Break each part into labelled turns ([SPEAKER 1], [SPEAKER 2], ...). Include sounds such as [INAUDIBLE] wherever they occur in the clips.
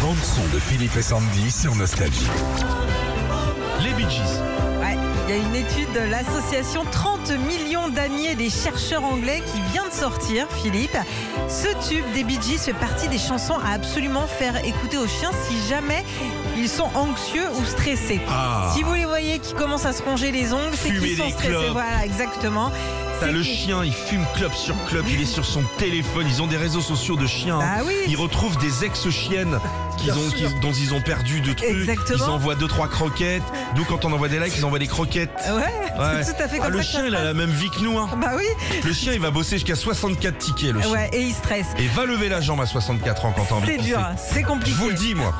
[SPEAKER 1] bande son de Philippe et Sandy sur Nostalgie.
[SPEAKER 2] Les Bee Gees.
[SPEAKER 3] Ouais, il y a une étude de l'association 30 millions d'amis et des chercheurs anglais qui vient de sortir, Philippe. Ce tube des Bee Gees fait partie des chansons à absolument faire écouter aux chiens si jamais ils sont anxieux ou stressés.
[SPEAKER 1] Ah.
[SPEAKER 3] Si vous les voyez qui commencent à se ronger les ongles, c'est
[SPEAKER 2] Fumer
[SPEAKER 3] qu'ils sont
[SPEAKER 2] des
[SPEAKER 3] stressés.
[SPEAKER 2] clopes.
[SPEAKER 3] Voilà, exactement.
[SPEAKER 2] T'as
[SPEAKER 3] C'est
[SPEAKER 2] le
[SPEAKER 3] qu'ils-
[SPEAKER 2] chien, il fume clope sur clope, il est sur son téléphone, ils ont des réseaux sociaux de chiens.
[SPEAKER 3] Bah oui.
[SPEAKER 2] Ils retrouvent des ex-chiennes qu'ils
[SPEAKER 3] Bien
[SPEAKER 2] ont,
[SPEAKER 3] sûr.
[SPEAKER 2] qu'ils- dont ils ont perdu de trucs.
[SPEAKER 3] Exactement.
[SPEAKER 2] Ils envoient deux trois croquettes. Nous, quand on envoie des likes, ils envoient des croquettes.
[SPEAKER 3] Ah Ouais,
[SPEAKER 2] Ouais.
[SPEAKER 3] c'est tout à fait
[SPEAKER 2] Ah,
[SPEAKER 3] comme
[SPEAKER 2] le
[SPEAKER 3] ça que ça
[SPEAKER 2] chien,
[SPEAKER 3] se
[SPEAKER 2] il a la même vie que nous. hein.
[SPEAKER 3] passe. Bah oui,
[SPEAKER 2] Le chien, il va bosser jusqu'à 64 tickets, le chien.
[SPEAKER 3] ouais, et ils stressent.
[SPEAKER 2] Et va lever la jambe à 64 ans quand t'as envie
[SPEAKER 3] C'est
[SPEAKER 2] de
[SPEAKER 3] dur,
[SPEAKER 2] pisser.
[SPEAKER 3] c'est compliqué.
[SPEAKER 2] Je vous le dis, moi.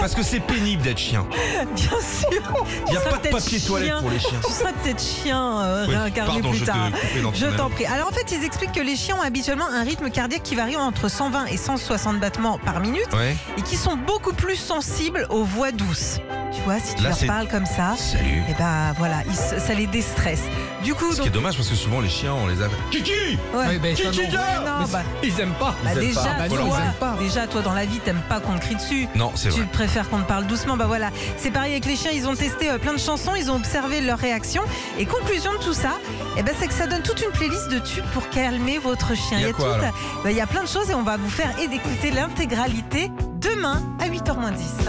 [SPEAKER 2] Parce que c'est pénible d'être chien.
[SPEAKER 3] [LAUGHS] Bien sûr.
[SPEAKER 2] Il n'y a
[SPEAKER 3] Tu seras
[SPEAKER 2] pas de
[SPEAKER 3] peut-être
[SPEAKER 2] papier toilette
[SPEAKER 3] chien.
[SPEAKER 2] pour les chiens.
[SPEAKER 3] Tu seras peut-être chien euh,
[SPEAKER 2] Oui,
[SPEAKER 3] réincarné
[SPEAKER 2] pardon,
[SPEAKER 3] plus
[SPEAKER 2] je te
[SPEAKER 3] tard.
[SPEAKER 2] coupais dans ton
[SPEAKER 3] Je t'en
[SPEAKER 2] élan.
[SPEAKER 3] prie. Alors en fait, ils expliquent que les chiens ont habituellement un rythme cardiaque qui varie entre 120 et 160 battements par minute
[SPEAKER 2] Ouais.
[SPEAKER 3] et qui sont beaucoup plus sensibles aux voix douces. Tu vois, si tu
[SPEAKER 2] Là, c'est-
[SPEAKER 3] leur parles comme ça,
[SPEAKER 2] Salut.
[SPEAKER 3] et ben voilà, ils se- ça les déstresse. Du coup,
[SPEAKER 2] Ce
[SPEAKER 3] donc,
[SPEAKER 2] qui est dommage parce que souvent les chiens, on les appelle. Kiki
[SPEAKER 3] ouais.
[SPEAKER 4] Oui, ben, ça, non.
[SPEAKER 2] Kiki
[SPEAKER 3] Ouais, non,
[SPEAKER 4] Mais
[SPEAKER 3] bah,
[SPEAKER 4] Ils aiment pas.
[SPEAKER 3] bah,
[SPEAKER 2] aiment
[SPEAKER 3] déjà,
[SPEAKER 2] pas. Bah non,
[SPEAKER 3] toi,
[SPEAKER 4] ils aiment pas.
[SPEAKER 3] déjà, toi dans la vie, t'aimes pas qu'on te crie dessus.
[SPEAKER 2] Non, c'est
[SPEAKER 3] Tu
[SPEAKER 2] vrai.
[SPEAKER 3] préfères qu'on te parle doucement, bah voilà. C'est pareil avec les chiens, ils ont testé euh, plein de chansons, ils ont observé leurs réactions. Et conclusion de tout ça, eh ben, c'est que ça donne toute une playlist de tubes pour calmer votre chien.
[SPEAKER 2] Il y a quoi,
[SPEAKER 3] tout,
[SPEAKER 2] alors
[SPEAKER 3] bah, il y a plein de choses et on va vous faire et d'écouter l'intégralité demain à 8h10.